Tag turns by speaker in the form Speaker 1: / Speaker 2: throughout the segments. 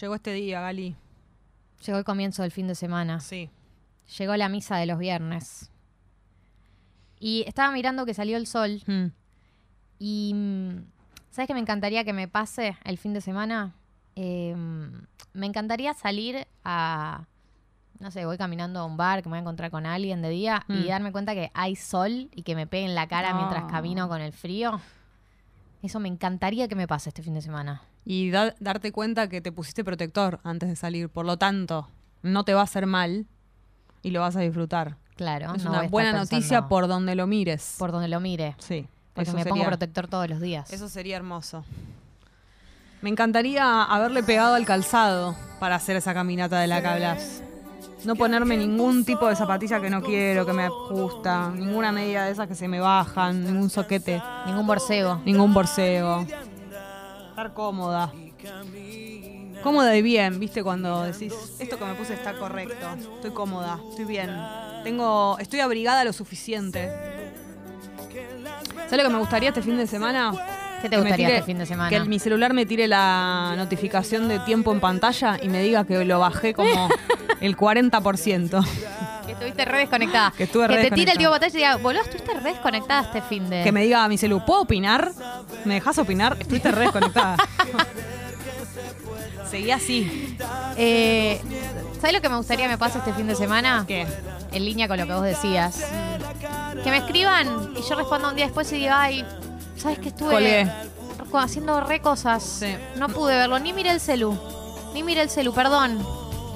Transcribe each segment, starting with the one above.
Speaker 1: Llegó este día, Gali.
Speaker 2: Llegó el comienzo del fin de semana.
Speaker 1: Sí.
Speaker 2: Llegó la misa de los viernes. Y estaba mirando que salió el sol.
Speaker 1: Mm.
Speaker 2: Y mm, ¿sabes qué me encantaría que me pase el fin de semana? Eh, me encantaría salir a, no sé, voy caminando a un bar, que me voy a encontrar con alguien de día
Speaker 1: Mm.
Speaker 2: y darme cuenta que hay sol y que me pegue en la cara mientras
Speaker 1: No.
Speaker 2: camino con el frío. Eso me encantaría que me pase este fin de semana.
Speaker 1: Y da- darte cuenta que te pusiste protector antes de salir. Por lo tanto, no te va a hacer mal y lo vas a disfrutar.
Speaker 2: Claro,
Speaker 1: es
Speaker 2: no voy a
Speaker 1: una
Speaker 2: estar
Speaker 1: buena noticia
Speaker 2: pensando
Speaker 1: por donde lo mires.
Speaker 2: por donde lo mire.
Speaker 1: sí.
Speaker 2: Porque
Speaker 1: eso
Speaker 2: me
Speaker 1: sería-
Speaker 2: pongo protector todos los días.
Speaker 1: Eso sería hermoso. Me encantaría haberle pegado al calzado para hacer esa caminata de la que hablas. No ponerme ningún tipo de zapatilla que no quiero, que me gusta, ninguna medida de esas que se me bajan, ningún soquete,
Speaker 2: Ningún borcego.
Speaker 1: ningún borseo. Estar cómoda. Cómoda y bien, ¿viste? Cuando decís, esto que me puse está correcto, estoy cómoda, estoy bien. Tengo, estoy abrigada lo suficiente. ¿Sabes lo que me gustaría este fin de semana?
Speaker 2: ¿Qué
Speaker 1: que
Speaker 2: te
Speaker 1: me
Speaker 2: gustaría
Speaker 1: tire-
Speaker 2: este fin de semana?
Speaker 1: Que mi celular me tire la notificación de tiempo en pantalla y me diga que lo bajé como el 40%.
Speaker 2: Que estuviste re desconectada.
Speaker 1: Que estuve re
Speaker 2: te tire
Speaker 1: desconectada.
Speaker 2: el tío batalla y te diga, boludo, estuviste re desconectada este fin de.
Speaker 1: Que me diga mi celu, ¿puedo opinar? ¿Me dejas opinar? Estuviste re desconectada. Seguí así.
Speaker 2: Eh, ¿Sabes lo que me gustaría me pase este fin de semana?
Speaker 1: ¿Qué?
Speaker 2: En línea con lo que vos decías. Que me escriban y yo respondo un día después y digo, ay, ¿sabes qué estuve
Speaker 1: Colgué.
Speaker 2: co- haciendo re cosas?
Speaker 1: Sí.
Speaker 2: No pude verlo, ni miré el celu. Ni miré el celu, perdón.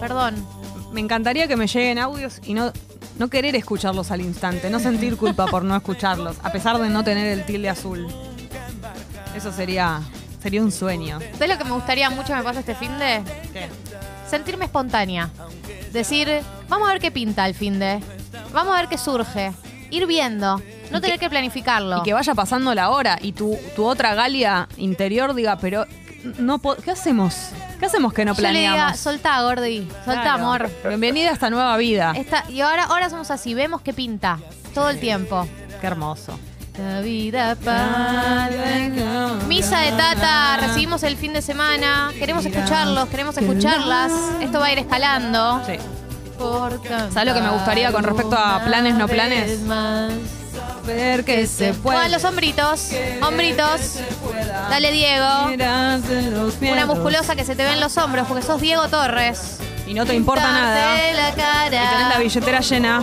Speaker 2: Perdón.
Speaker 1: Me encantaría que me lleguen audios y no, no querer escucharlos al instante, no sentir culpa por no escucharlos, a pesar de no tener el tilde azul. Eso sería, sería un sueño.
Speaker 2: ¿Sabes lo que me gustaría mucho me pase este fin de?
Speaker 1: ¿Qué?
Speaker 2: sentirme espontánea. Decir, vamos a ver qué pinta el fin de. Vamos a ver qué surge. Ir viendo. No tener que, planificarlo.
Speaker 1: Y que vaya pasando la hora y tu, tu otra Galia interior diga, pero no po- ¿qué hacemos? ¿Qué hacemos que no
Speaker 2: Yo le diga,
Speaker 1: planeamos?
Speaker 2: soltá, Gordi. Soltá,
Speaker 1: Claro.
Speaker 2: amor.
Speaker 1: Bienvenida a esta nueva vida.
Speaker 2: Esta- y ahora, ahora somos así. Vemos qué pinta. Todo el tiempo.
Speaker 1: Qué hermoso.
Speaker 2: La vida pasa. Misa de Tata, recibimos el fin de semana. Queremos escucharlos, queremos escucharlas. Esto va a ir escalando.
Speaker 1: Sí.
Speaker 2: ¿Sabes
Speaker 1: ¿Sabes lo que me gustaría con respecto a planes, no planes? Ver que se
Speaker 2: Bueno,
Speaker 1: puede.
Speaker 2: los hombritos, hombritos. Dale, Diego. Una musculosa que se te ve en los hombros porque sos Diego Torres.
Speaker 1: Y no te importa nada.
Speaker 2: Pintarte la
Speaker 1: Y tenés la
Speaker 2: cara.
Speaker 1: billetera llena.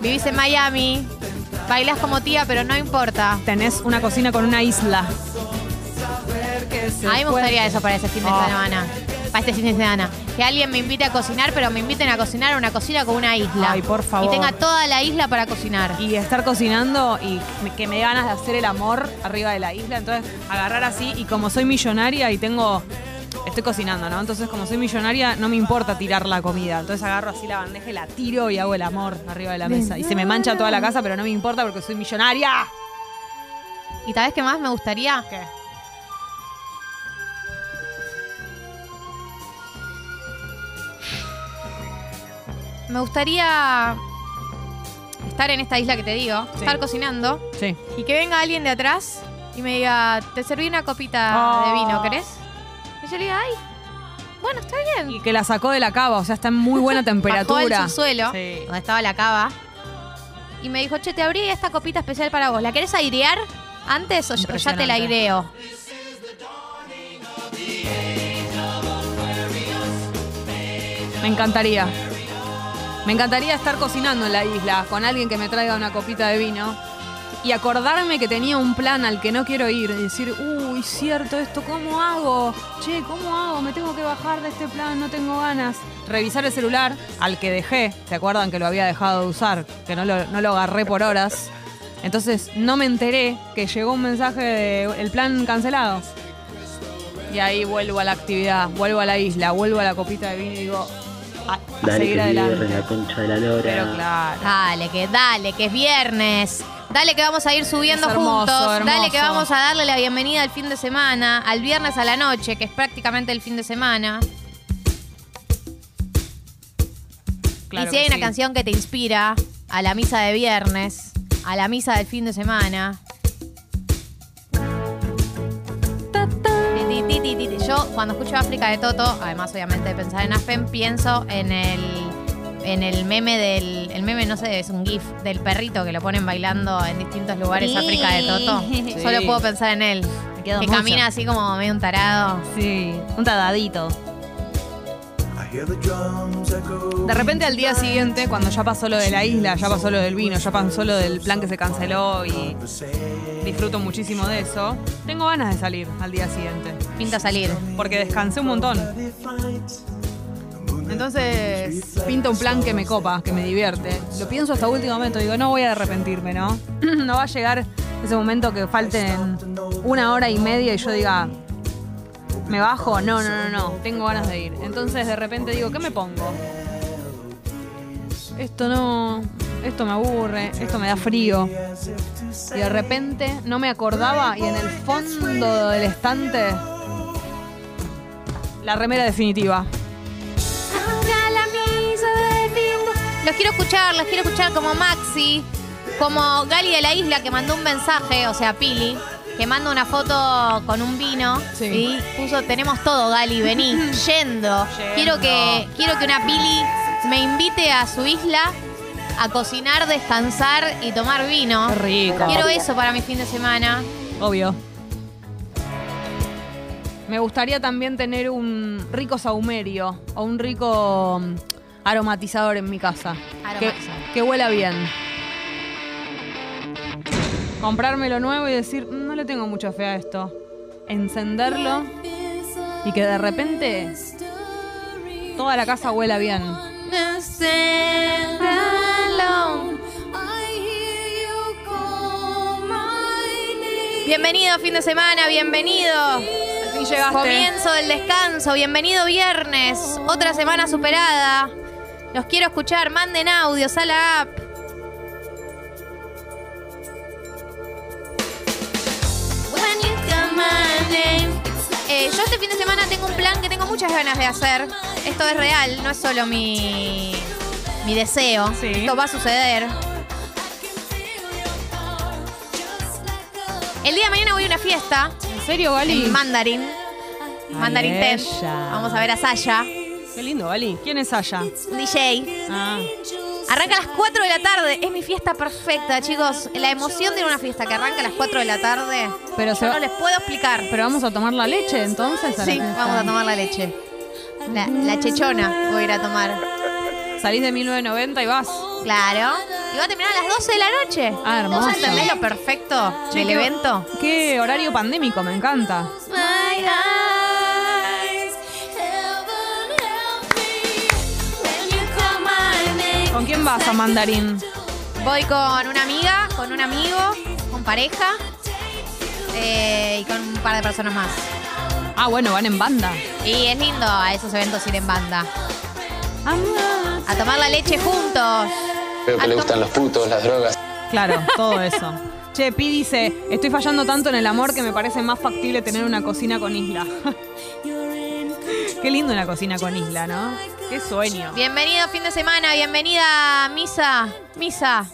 Speaker 2: Vivís en Miami. Bailás como tía, pero no importa.
Speaker 1: Tenés una cocina con una isla.
Speaker 2: A mí me gustaría eso para ese fin de
Speaker 1: Ah.
Speaker 2: semana. Para este fin de semana. Que alguien me invite a cocinar, pero me inviten a cocinar a una cocina con una isla.
Speaker 1: Ay, por favor.
Speaker 2: Y tenga toda la isla para cocinar.
Speaker 1: y estar cocinando y me- que me dé ganas de hacer el amor arriba de la isla. Entonces, agarrar así y como soy millonaria y tengo. Estoy cocinando, ¿no? Entonces, como soy millonaria, no me importa tirar la comida. Entonces, agarro así la bandeja y la tiro y hago el amor arriba de la mesa. Y se me mancha toda la casa, pero no me importa porque soy millonaria.
Speaker 2: Y tal vez que más me gustaría
Speaker 1: ¿Qué?
Speaker 2: Me gustaría estar en esta isla que te digo,
Speaker 1: Sí.
Speaker 2: estar cocinando
Speaker 1: Sí.
Speaker 2: y que venga alguien de atrás y me diga, te serví una copita
Speaker 1: Ah.
Speaker 2: de vino, ¿querés? Y yo le diga, ay, bueno, está bien.
Speaker 1: Y que la sacó de la cava, o sea, está en muy buena
Speaker 2: Bajó
Speaker 1: temperatura.
Speaker 2: al subsuelo,
Speaker 1: Sí.
Speaker 2: donde estaba la cava, y me dijo, che, te abrí esta copita especial para vos. ¿La querés airear antes o yo- o ya te la
Speaker 1: Impresionante.
Speaker 2: aireo?
Speaker 1: Me encantaría. Me encantaría estar cocinando en la isla con alguien que me traiga una copita de vino y acordarme que tenía un plan al que no quiero ir y decir, uy, cierto esto, ¿cómo hago? Che, ¿cómo hago? Me tengo que bajar de este plan, no tengo ganas. Revisar el celular al que dejé, ¿se acuerdan que lo había dejado de usar? Que no lo, no lo agarré por horas. Entonces no me enteré que llegó un mensaje de el plan cancelado. Y ahí vuelvo a la actividad, vuelvo a la isla, vuelvo a la copita de vino y digo, a, a
Speaker 3: Dale
Speaker 1: seguir
Speaker 3: que
Speaker 1: adelante.
Speaker 3: viernes, la concha de la lora.
Speaker 1: Pero claro.
Speaker 2: Dale, que dale, que es viernes. Dale que vamos a ir subiendo
Speaker 1: Es hermoso,
Speaker 2: juntos. Dale
Speaker 1: hermoso.
Speaker 2: que vamos a darle la bienvenida al fin de semana, al viernes a la noche, que es prácticamente el fin de semana.
Speaker 1: claro
Speaker 2: y si hay
Speaker 1: que
Speaker 2: una
Speaker 1: sí.
Speaker 2: canción que te inspira a la misa de viernes, a la misa del fin de semana. Ti, ti, ti, ti, ti. Yo cuando escucho África de Toto, además obviamente de pensar en Aspen, pienso en el en el meme del el meme no sé, es un gif del perrito que lo ponen bailando en distintos lugares
Speaker 1: Sí.
Speaker 2: África de Toto.
Speaker 3: Sí.
Speaker 2: Solo puedo pensar en él,
Speaker 3: Me
Speaker 2: que
Speaker 3: quedo mucho.
Speaker 2: camina así como medio un tarado.
Speaker 3: Sí, un tadadito.
Speaker 1: De repente al día siguiente, cuando ya pasó lo de la isla, ya pasó lo del vino, ya pasó lo del plan que se canceló y disfruto muchísimo de eso, tengo ganas de salir al día siguiente.
Speaker 2: Pinta salir.
Speaker 1: Porque descansé un montón. Entonces pinta un plan que me copa, que me divierte. Lo pienso hasta último momento, digo, no voy a arrepentirme, ¿no? No va a llegar ese momento que falten una hora y media y yo diga, ¿me bajo? No, no, no, no, tengo ganas de ir. Entonces de repente digo, ¿qué me pongo? Esto no, esto me aburre, esto me da frío. Y de repente no me acordaba y en el fondo del estante la remera definitiva.
Speaker 2: Los quiero escuchar, los quiero escuchar como Maxi, como Gali de la Isla que mandó un mensaje, o sea, Pili, que manda una foto con un vino
Speaker 1: Sí.
Speaker 2: y puso tenemos todo, Gali, vení, yendo. Quiero que quiero que una Pili me invite a su isla a cocinar, descansar y tomar vino.
Speaker 1: Qué rico.
Speaker 2: Quiero eso para mi fin de semana.
Speaker 1: Obvio. Me gustaría también tener un rico saumerio o un rico mm, aromatizador en mi casa. Que,
Speaker 2: Aromatizador.
Speaker 1: que huela bien. Comprármelo nuevo y decir, "Mm, no le tengo mucha fe a esto. Encenderlo y que de repente toda la casa huela bien.
Speaker 2: Bienvenido fin de semana, bienvenido.
Speaker 1: Al fin llegaste.
Speaker 2: Comienzo del descanso, bienvenido viernes, otra semana superada. Los quiero escuchar, manden audios a la app. Eh, yo este fin de semana tengo un plan que tengo muchas ganas de hacer. Esto es real, no es solo mi, mi deseo.
Speaker 1: Sí.
Speaker 2: Esto va a suceder. El día de mañana voy a una fiesta
Speaker 1: ¿En serio, Gali?
Speaker 2: en Mandarin. Mandarin
Speaker 3: Ay,
Speaker 2: Ten.
Speaker 3: ella.
Speaker 2: Vamos a ver a Saya,
Speaker 3: Qué lindo, Gali.
Speaker 1: ¿Quién es Aya?
Speaker 2: DJ.
Speaker 1: Ah.
Speaker 2: Arranca a las 4 de la tarde. Es mi fiesta perfecta, chicos. La emoción de ir a una fiesta que arranca a las 4 de la tarde.
Speaker 1: Pero se
Speaker 2: Yo
Speaker 1: va-
Speaker 2: no les puedo explicar.
Speaker 1: Pero vamos a tomar la leche entonces. a la
Speaker 2: Sí,
Speaker 1: mesa.
Speaker 2: vamos a tomar la leche. La, la chechona voy a ir a tomar.
Speaker 1: Salís de 1990 y vas.
Speaker 2: Claro. Y va a terminar a las 12 de la noche.
Speaker 1: Ah, hermoso.
Speaker 2: ¿Vos entendés lo perfecto del
Speaker 1: qué-
Speaker 2: evento?
Speaker 1: Qué horario pandémico, me encanta. ¿Con quién vas a mandarín?
Speaker 2: Voy con una amiga, con un amigo, con pareja eh, y con un par de personas más.
Speaker 1: Ah, bueno, van en banda.
Speaker 2: Y es lindo a esos eventos ir en banda. A tomar la leche juntos.
Speaker 4: Veo que
Speaker 2: Alto.
Speaker 4: le gustan los putos, las drogas.
Speaker 1: Claro, todo eso. Che, Pi dice, estoy fallando tanto en el amor que me parece más factible tener una cocina con isla. Qué lindo una cocina con isla, ¿no? Qué sueño.
Speaker 2: Bienvenido fin de semana, bienvenida misa, misa.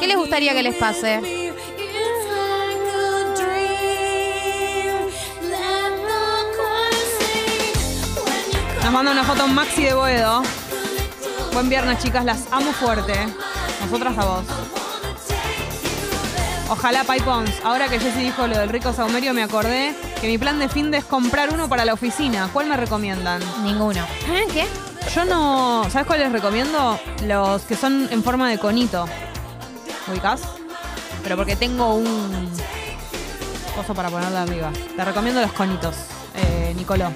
Speaker 5: ¿Qué les gustaría que les pase?
Speaker 1: Nos manda una foto Maxi de Boedo. Buen viernes, chicas, las amo fuerte. Nosotras a vos. Ojalá Pipons. Ahora que Jessy dijo lo del rico saumerio, me acordé que mi plan de fin de es comprar uno para la oficina. ¿Cuál me recomiendan?
Speaker 2: Ninguno. ¿Eh? ¿Qué?
Speaker 1: Yo no. ¿Sabes cuál les recomiendo? Los que son en forma de conito. ¿Ubicás? Pero porque tengo un. coso para ponerle arriba. Te recomiendo los conitos, eh, Nicoló.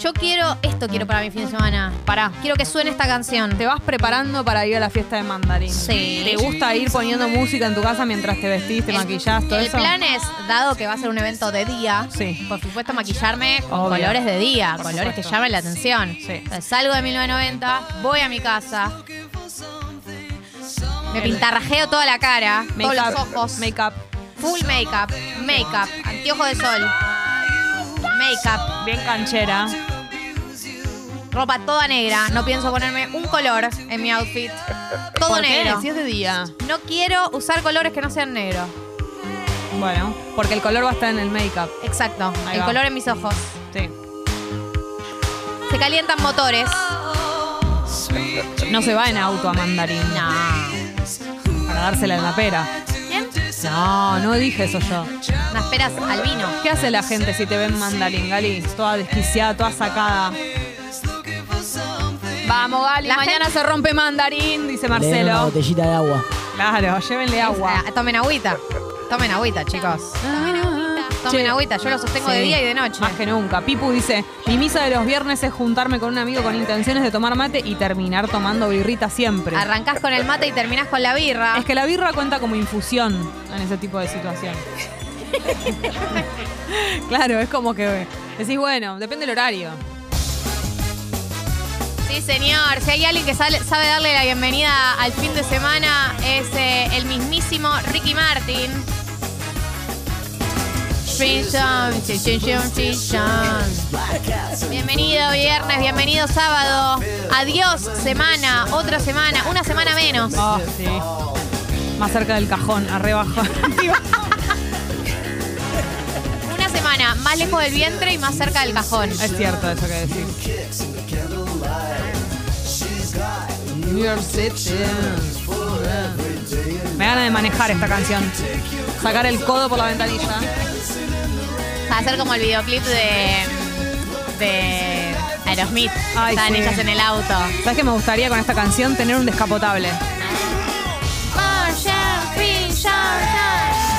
Speaker 2: Yo quiero, esto quiero para mi fin de semana. Pará. Quiero que suene esta canción.
Speaker 1: Te vas preparando para ir a la fiesta de mandarín.
Speaker 2: Sí.
Speaker 1: ¿Te gusta ir poniendo música en tu casa mientras te vestís, te
Speaker 2: El-
Speaker 1: maquillás, todo
Speaker 2: el
Speaker 1: eso?
Speaker 2: plan es, dado que va a ser un evento de día,
Speaker 1: Sí.
Speaker 2: por supuesto maquillarme con
Speaker 1: Obvio.
Speaker 2: colores de día,
Speaker 1: Por
Speaker 2: colores que
Speaker 1: supuesto.
Speaker 2: llamen la atención.
Speaker 1: Sí.
Speaker 2: Entonces, salgo de 1990, voy a mi casa, me pintarrajeo toda la cara,
Speaker 1: Make
Speaker 2: todos
Speaker 1: up,
Speaker 2: los ojos,
Speaker 1: Make up.
Speaker 2: full make-up, make-up, anteojo de sol, make-up.
Speaker 1: Bien canchera.
Speaker 2: Ropa toda negra. No pienso ponerme un color en mi outfit. Todo
Speaker 1: ¿Por qué?
Speaker 2: negro.
Speaker 1: Si es de día.
Speaker 2: No quiero usar colores que no sean negro.
Speaker 1: Bueno, porque el color va a estar en el make-up.
Speaker 2: Exacto.
Speaker 1: Ahí
Speaker 2: el
Speaker 1: va.
Speaker 2: color en mis ojos.
Speaker 1: Sí.
Speaker 2: Se calientan motores.
Speaker 1: No se va en auto a mandarín.
Speaker 2: No.
Speaker 1: Para dársela en la pera.
Speaker 2: ¿Bien?
Speaker 1: No, no dije eso yo.
Speaker 2: Unas peras al vino.
Speaker 1: ¿Qué hace la gente si te ven mandarín, Gali? Toda desquiciada, toda sacada. Vamos, Gali,
Speaker 2: La
Speaker 1: mañana
Speaker 2: gente-
Speaker 1: se rompe
Speaker 4: Le
Speaker 1: mandarín, dice
Speaker 4: den una
Speaker 1: Marcelo.
Speaker 4: botellita de agua.
Speaker 1: Claro, llévenle agua.
Speaker 2: Ah, Tomen agüita. Tomen agüita, chicos. Tomen
Speaker 1: Che,
Speaker 2: agüita. Yo lo sostengo de
Speaker 1: Ah, Sí.
Speaker 2: día y de noche.
Speaker 1: Más que nunca. Pipu dice, mi misa de los viernes es juntarme con un amigo con intenciones de tomar mate y terminar tomando birrita siempre.
Speaker 2: Arrancás con el mate y terminás con la birra.
Speaker 1: Es que la birra cuenta como infusión en ese tipo de situación. claro, es como que decís, bueno, depende del horario.
Speaker 2: Sí, señor. Si hay alguien que sale- sabe darle la bienvenida al fin de semana, es eh, el mismísimo Ricky Martin. Chin-chon, chin-chon, chin-chon. Bienvenido viernes, bienvenido sábado. Adiós semana, otra semana, una semana menos.
Speaker 1: Ah, sí. Más cerca del cajón, arrebajo.
Speaker 2: Una semana más lejos del vientre y más cerca del cajón.
Speaker 1: es cierto eso que decís. Me gana de manejar esta canción. Sacar el codo por la ventanilla.
Speaker 2: Va a ser como el videoclip de, de Aerosmith.
Speaker 1: Ay,
Speaker 2: Están
Speaker 1: sí.
Speaker 2: ellas en el auto.
Speaker 1: ¿Sabes qué me gustaría con esta canción? Tener un descapotable.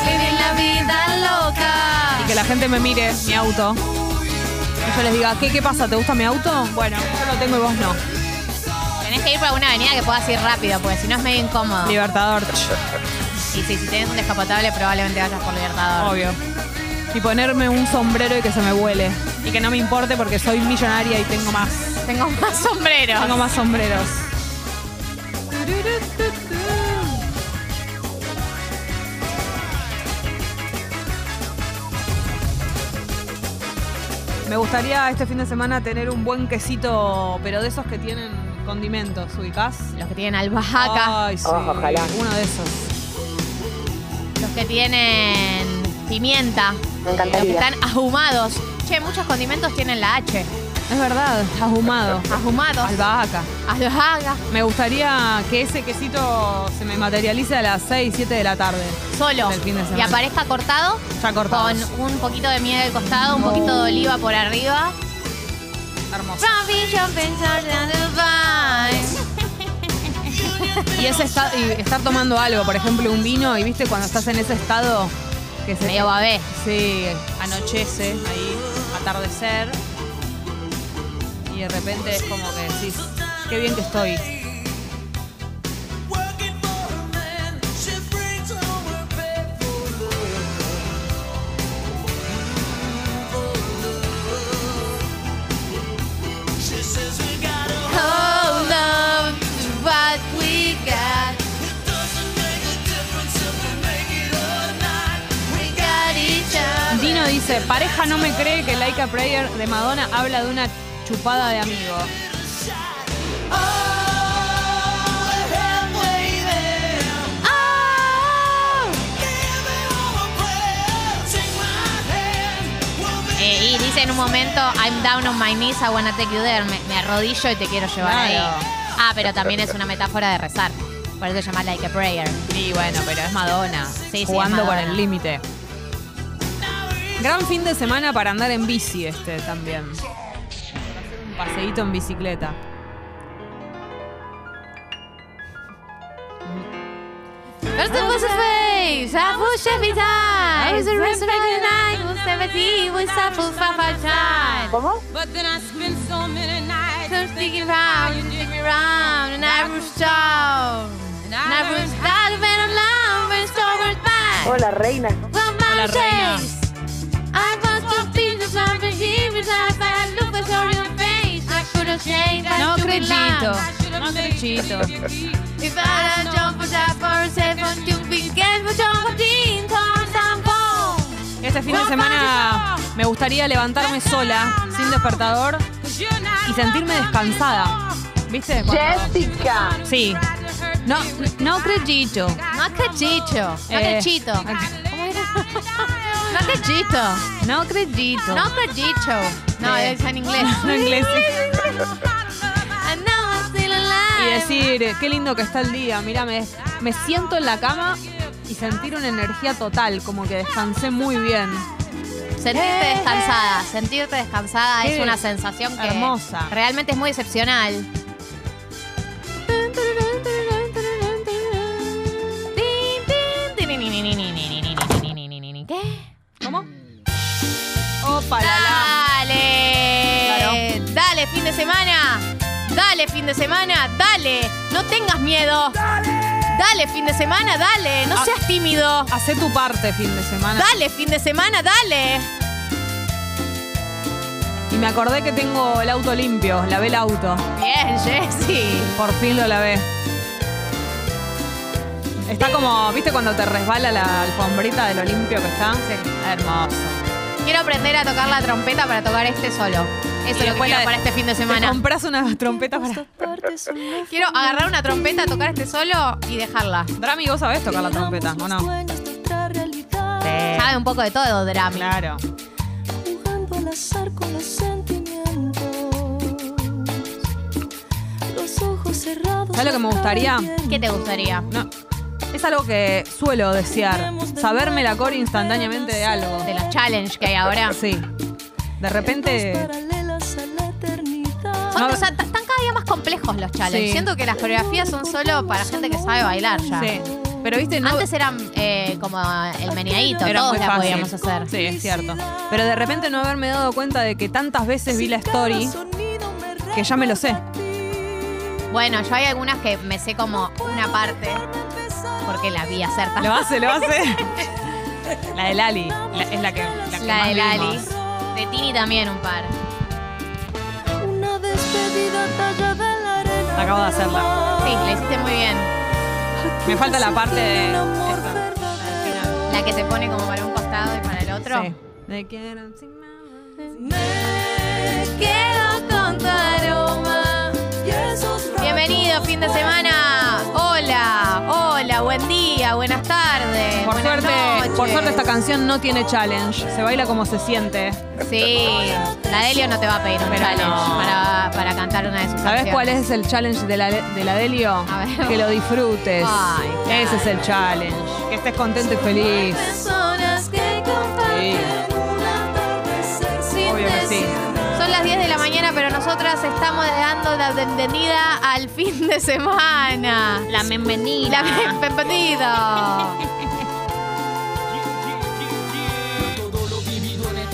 Speaker 2: Living la vida loca.
Speaker 1: Que la gente me mire mi auto. Y yo les diga, ¿qué, ¿qué pasa? ¿Te gusta mi auto? Bueno, yo lo tengo y vos no.
Speaker 2: Tenés que ir por alguna avenida que puedas ir rápido, porque si no es medio incómodo. Y
Speaker 1: Libertador,
Speaker 2: sí, si tenés un descapotable, probablemente vayas por Libertador.
Speaker 1: obvio. Y ponerme un sombrero y que se me vuele. Y que no me importe porque soy millonaria y tengo más.
Speaker 2: Tengo más sombreros.
Speaker 1: Tengo más sombreros. Me gustaría este fin de semana tener un buen quesito, pero de esos que tienen condimentos, ubicás.
Speaker 2: Los que tienen albahaca,
Speaker 1: Ay, sí.
Speaker 4: Ah, ojalá.
Speaker 1: Uno de esos.
Speaker 2: los que tienen pimienta,
Speaker 4: Me encantaría.
Speaker 2: los que están ahumados. Che, muchos condimentos tienen la H.
Speaker 1: Es verdad, ahumado.
Speaker 2: Ahumados.
Speaker 1: Albahaca.
Speaker 2: Albahaca.
Speaker 1: Me gustaría que ese quesito se me materialice a las 6, 7 de la tarde.
Speaker 2: Solo.
Speaker 1: Del fin de semana.
Speaker 2: Y aparezca cortado.
Speaker 1: Ya cortado.
Speaker 2: Con un poquito de miel al costado, un poquito de oliva por arriba.
Speaker 1: Hermoso. Y, ese esta- y estar tomando algo, por ejemplo, un vino, y viste cuando estás en ese estado que se
Speaker 2: Medio babé.
Speaker 1: Sí, anochece, ahí, atardecer. Y de repente es como que decís, qué bien que estoy.
Speaker 2: Oh, love, what we got. We got each other.
Speaker 1: Dino dice, pareja no me cree que Like a Prayer de Madonna habla de una chupada de amigo. Oh.
Speaker 2: Eh, y dice en un momento, I'm down on my knees, I wanna take you there. Me, me arrodillo y te quiero llevar
Speaker 1: Claro.
Speaker 2: ahí. Ah, pero también es una metáfora de rezar. Por eso se llama like a prayer.
Speaker 1: Y bueno, pero es Madonna.
Speaker 2: Sí, sí,
Speaker 1: jugando
Speaker 2: es Madonna.
Speaker 1: con el límite. Gran fin de semana para andar en bici este también. Un paseíto en bicicleta.
Speaker 2: First it was a face, I push every time. It was a rest of the night, it was 70, it was a full five five time.
Speaker 4: ¿Cómo?
Speaker 2: Kept sticking round, you stick me round, and I rushed out. And I rushed out, and then alarm, and stormed back.
Speaker 4: Hola, reina.
Speaker 2: From my
Speaker 1: Hola, reina.
Speaker 2: chase, I was confused, the something he was like, I looked at your face, I could have changed, I
Speaker 1: No
Speaker 2: took it
Speaker 1: crechito,
Speaker 2: long.
Speaker 1: no crechito.
Speaker 2: If I don't jump for that for a second, you begin to jump for Dean, cause I'm home.
Speaker 1: Este fin de semana me gustaría levantarme sola, sin despertador, y sentirme descansada. ¿Viste? Cuando-
Speaker 4: Jessica.
Speaker 1: Sí. No, no crechito.
Speaker 2: No es cachicho. No
Speaker 1: Eh,
Speaker 2: cachito. ¿Cómo era? No es cachito.
Speaker 1: No crechito.
Speaker 2: No cachicho. No,
Speaker 1: Eh.
Speaker 2: es en inglés.
Speaker 1: En inglés.
Speaker 2: I know I'm still
Speaker 1: Y
Speaker 2: alive.
Speaker 1: decir, eh, qué lindo que está el día. Mira, me, me siento en la cama y sentir una energía total, como que descansé muy bien.
Speaker 2: Sentirte descansada. Sentirte descansada
Speaker 1: Qué
Speaker 2: es una sensación que
Speaker 1: hermosa.
Speaker 2: realmente es muy excepcional. ¿Qué?
Speaker 1: ¿Cómo? Opa, la, la.
Speaker 2: Dale. Dale, fin de semana. Dale, fin de semana. Dale. No tengas miedo. Dale, fin de semana. Dale. No
Speaker 1: Ah.
Speaker 2: seas tímido.
Speaker 1: Hacé tu parte fin de semana.
Speaker 2: Dale, fin de semana. Dale.
Speaker 1: Y me acordé que tengo el auto limpio, lavé el auto.
Speaker 2: Bien, Jessy.
Speaker 1: Por fin lo lavé. Está como, ¿viste cuando te resbala la alfombrita de lo limpio que está?
Speaker 2: Sí.
Speaker 1: Hermoso.
Speaker 2: Quiero aprender a tocar la trompeta para tocar este solo. Eso
Speaker 1: Y
Speaker 2: es lo
Speaker 1: lo
Speaker 2: que
Speaker 1: que
Speaker 2: quiero
Speaker 1: queda-
Speaker 2: para este fin de
Speaker 1: Te
Speaker 2: semana.
Speaker 1: compras una trompeta para.
Speaker 2: Quiero agarrar una trompeta, tocar este solo y dejarla.
Speaker 1: Drami, vos sabés tocar la trompeta, ¿o no?
Speaker 2: Sabe un poco de todo, Drami.
Speaker 1: Claro.
Speaker 4: Jugando al azar con los sentimientos. Los ojos cerrados.
Speaker 1: ¿Sabes lo que me gustaría?
Speaker 2: ¿Qué te gustaría?
Speaker 1: No. Es algo que suelo desear. Saberme la core instantáneamente de algo.
Speaker 2: De las challenge que hay ahora.
Speaker 1: Sí. De repente.
Speaker 4: Paralelas a la eternidad.
Speaker 2: Son-
Speaker 1: No.
Speaker 2: o sea, ta- están cada día más complejos los challenges.
Speaker 1: Sí.
Speaker 2: Siento que las coreografías son solo para gente que sabe bailar ya.
Speaker 1: Sí. Pero viste, no.
Speaker 2: Antes eran eh, como el meneadito,
Speaker 1: Era
Speaker 2: todos
Speaker 1: muy
Speaker 2: la
Speaker 1: fácil.
Speaker 2: podíamos hacer.
Speaker 1: Sí, es cierto. Pero de repente no haberme dado cuenta de que tantas veces vi la story que ya me lo sé.
Speaker 2: Bueno, yo hay algunas que me sé como una parte porque la vi hacer
Speaker 1: Lo
Speaker 2: también.
Speaker 1: hace, lo hace. La de Lali. la- es la que. La, que
Speaker 2: La
Speaker 1: más
Speaker 2: de Lali.
Speaker 1: vimos.
Speaker 2: De Tini también un par.
Speaker 4: Una despedida tallada en la arena.
Speaker 1: Acabo de hacerla.
Speaker 2: Sí, la hiciste muy bien.
Speaker 1: Me falta la parte de.
Speaker 4: Un amor
Speaker 1: esta.
Speaker 4: verdadero.
Speaker 2: La que se pone como para un costado y para el otro.
Speaker 1: Sí. Me quiero encima.
Speaker 2: Me quedo con tu aroma.
Speaker 4: Y esos ratos
Speaker 2: Bienvenido, fin de semana. Hola, hola, buen día, buenas tardes.
Speaker 1: Por
Speaker 2: buenas
Speaker 1: suerte, por
Speaker 2: noches.
Speaker 1: suerte esta canción no tiene challenge. Se baila como se siente.
Speaker 2: Sí, la Delio no te va a pedir un
Speaker 1: Pero
Speaker 2: challenge
Speaker 1: no.
Speaker 2: para, para cantar una de sus
Speaker 1: ¿Sabes
Speaker 2: canciones.
Speaker 1: cuál es el challenge de la, de la Delio?
Speaker 2: A ver.
Speaker 1: Que lo disfrutes.
Speaker 2: Ay, claro.
Speaker 1: Ese es el challenge. Que estés contento y feliz.
Speaker 2: Personas que comparten.
Speaker 4: una tarde sexy.
Speaker 1: Obvio que sí.
Speaker 2: Son las 10 de la mañana, pero nosotras estamos dando la bienvenida al fin de semana.
Speaker 1: La bienvenida.
Speaker 2: La bienvenida.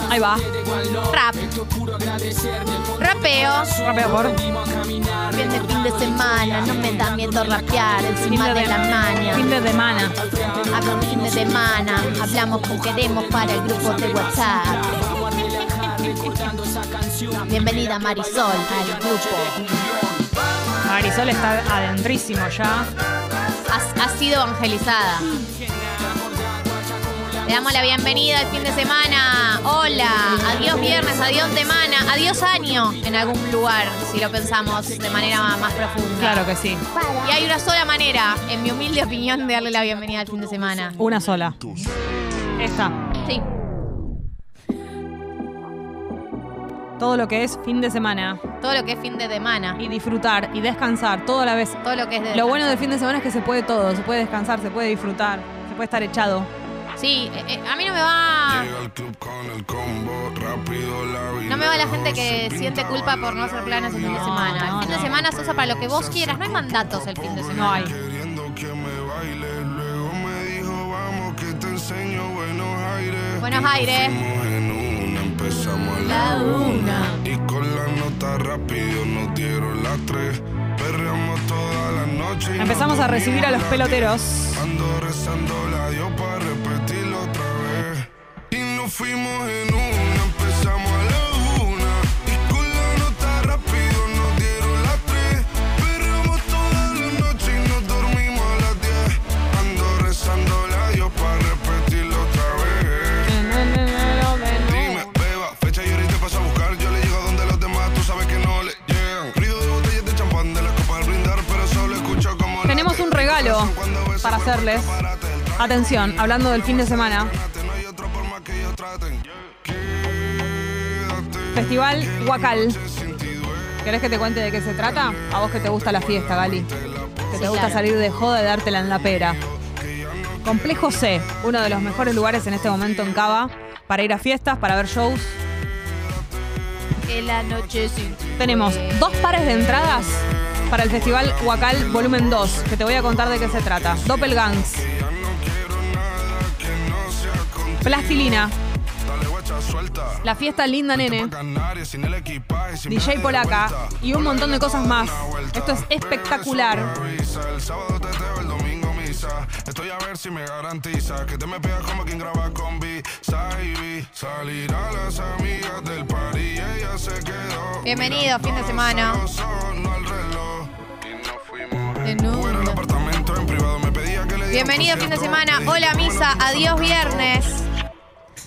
Speaker 1: Ahí va.
Speaker 2: Rap. Rapeo.
Speaker 1: Rápido, por.
Speaker 2: Bien de fin de semana, no me da miedo rapear encima de la
Speaker 1: Fin
Speaker 2: maña.
Speaker 1: de semana.
Speaker 2: Hablo un fin de semana, hablamos como queremos para el grupo de WhatsApp. Bienvenida Marisol al grupo.
Speaker 1: Marisol está adentrísimo ya.
Speaker 2: Ha sido evangelizada. Le damos la bienvenida al fin de semana. Hola, adiós viernes, adiós semana, adiós año en algún lugar, si lo pensamos de manera más profunda.
Speaker 1: Claro que sí.
Speaker 2: Y hay una sola manera, en mi humilde opinión, de darle la bienvenida al fin de semana.
Speaker 1: Una sola. Esta.
Speaker 2: Sí.
Speaker 1: Todo lo que es fin de semana.
Speaker 2: Todo lo que es fin de semana.
Speaker 1: Y disfrutar y descansar toda la vez.
Speaker 2: Todo lo que es de.
Speaker 1: Lo bueno del fin de semana es que se puede todo. Se puede descansar, se puede disfrutar, se puede estar echado.
Speaker 2: Sí, eh, eh, a mí no me va.
Speaker 5: Llega al club con el combo, rápido la vida.
Speaker 2: No me va la gente que siente culpa por no hacer planes el fin de semana.
Speaker 1: no,
Speaker 2: el fin de
Speaker 1: no.
Speaker 2: semana se usa para lo que vos quieras. No hay mandatos el fin de semana.
Speaker 1: No hay.
Speaker 5: Queriendo que me baile, luego me dijo, vamos que te enseño buenos aires.
Speaker 2: Buenos
Speaker 5: Y nos
Speaker 2: aires.
Speaker 5: fuimos en una, empezamos a la
Speaker 2: La una.
Speaker 5: Y con la nota rápido nos dieron las tres. Perreamos toda la noche. y nos
Speaker 1: Empezamos a recibir a los
Speaker 5: dormimos
Speaker 1: peloteros.
Speaker 5: Ando rezando la Dios para repetirlo otra vez. Y nos fuimos en una, empezamos a la una. Y con la nota rápido nos dieron las tres. Perramos toda la noche y nos dormimos a las diez. Ando rezando la Dios para repetirlo otra vez. Dime, beba, fecha y ahorita paso a buscar. Yo le llego donde los demás, tú sabes que no le
Speaker 1: para hacerles. Atención, hablando del fin de semana. Festival Huacal. ¿Querés que te cuente de qué se trata? A vos que te gusta la fiesta, Gali. Que te
Speaker 2: Sí,
Speaker 1: gusta
Speaker 2: claro.
Speaker 1: salir de joda y dártela en la pera. Complejo C, uno de los mejores lugares en este momento en Cava para ir a fiestas, para ver shows.
Speaker 2: Que la noche sin ti.
Speaker 1: Tenemos dos pares de entradas para el Festival Huacal Volumen 2, que te voy a contar de qué se trata. Doppelgangs. Plastilina. La fiesta Linda Nene. DJ Polaca y un montón de cosas más. Esto es espectacular.
Speaker 5: El sábado te el domingo misa. Estoy a ver si me garantiza que te me pegas como quien graba con B. Salir a las amigas del par y ella se quedó.
Speaker 2: Bienvenido, fin de semana.
Speaker 5: No al reloj. Y nos fuimos.
Speaker 2: De
Speaker 5: Fuera del
Speaker 2: nuevo.
Speaker 5: apartamento en privado me pedía que le diera un
Speaker 2: Bienvenido fin de
Speaker 5: concierto.
Speaker 2: semana.
Speaker 5: Le dije
Speaker 2: Hola
Speaker 5: que
Speaker 2: misa.
Speaker 5: fuera
Speaker 2: Adiós
Speaker 5: del
Speaker 2: viernes.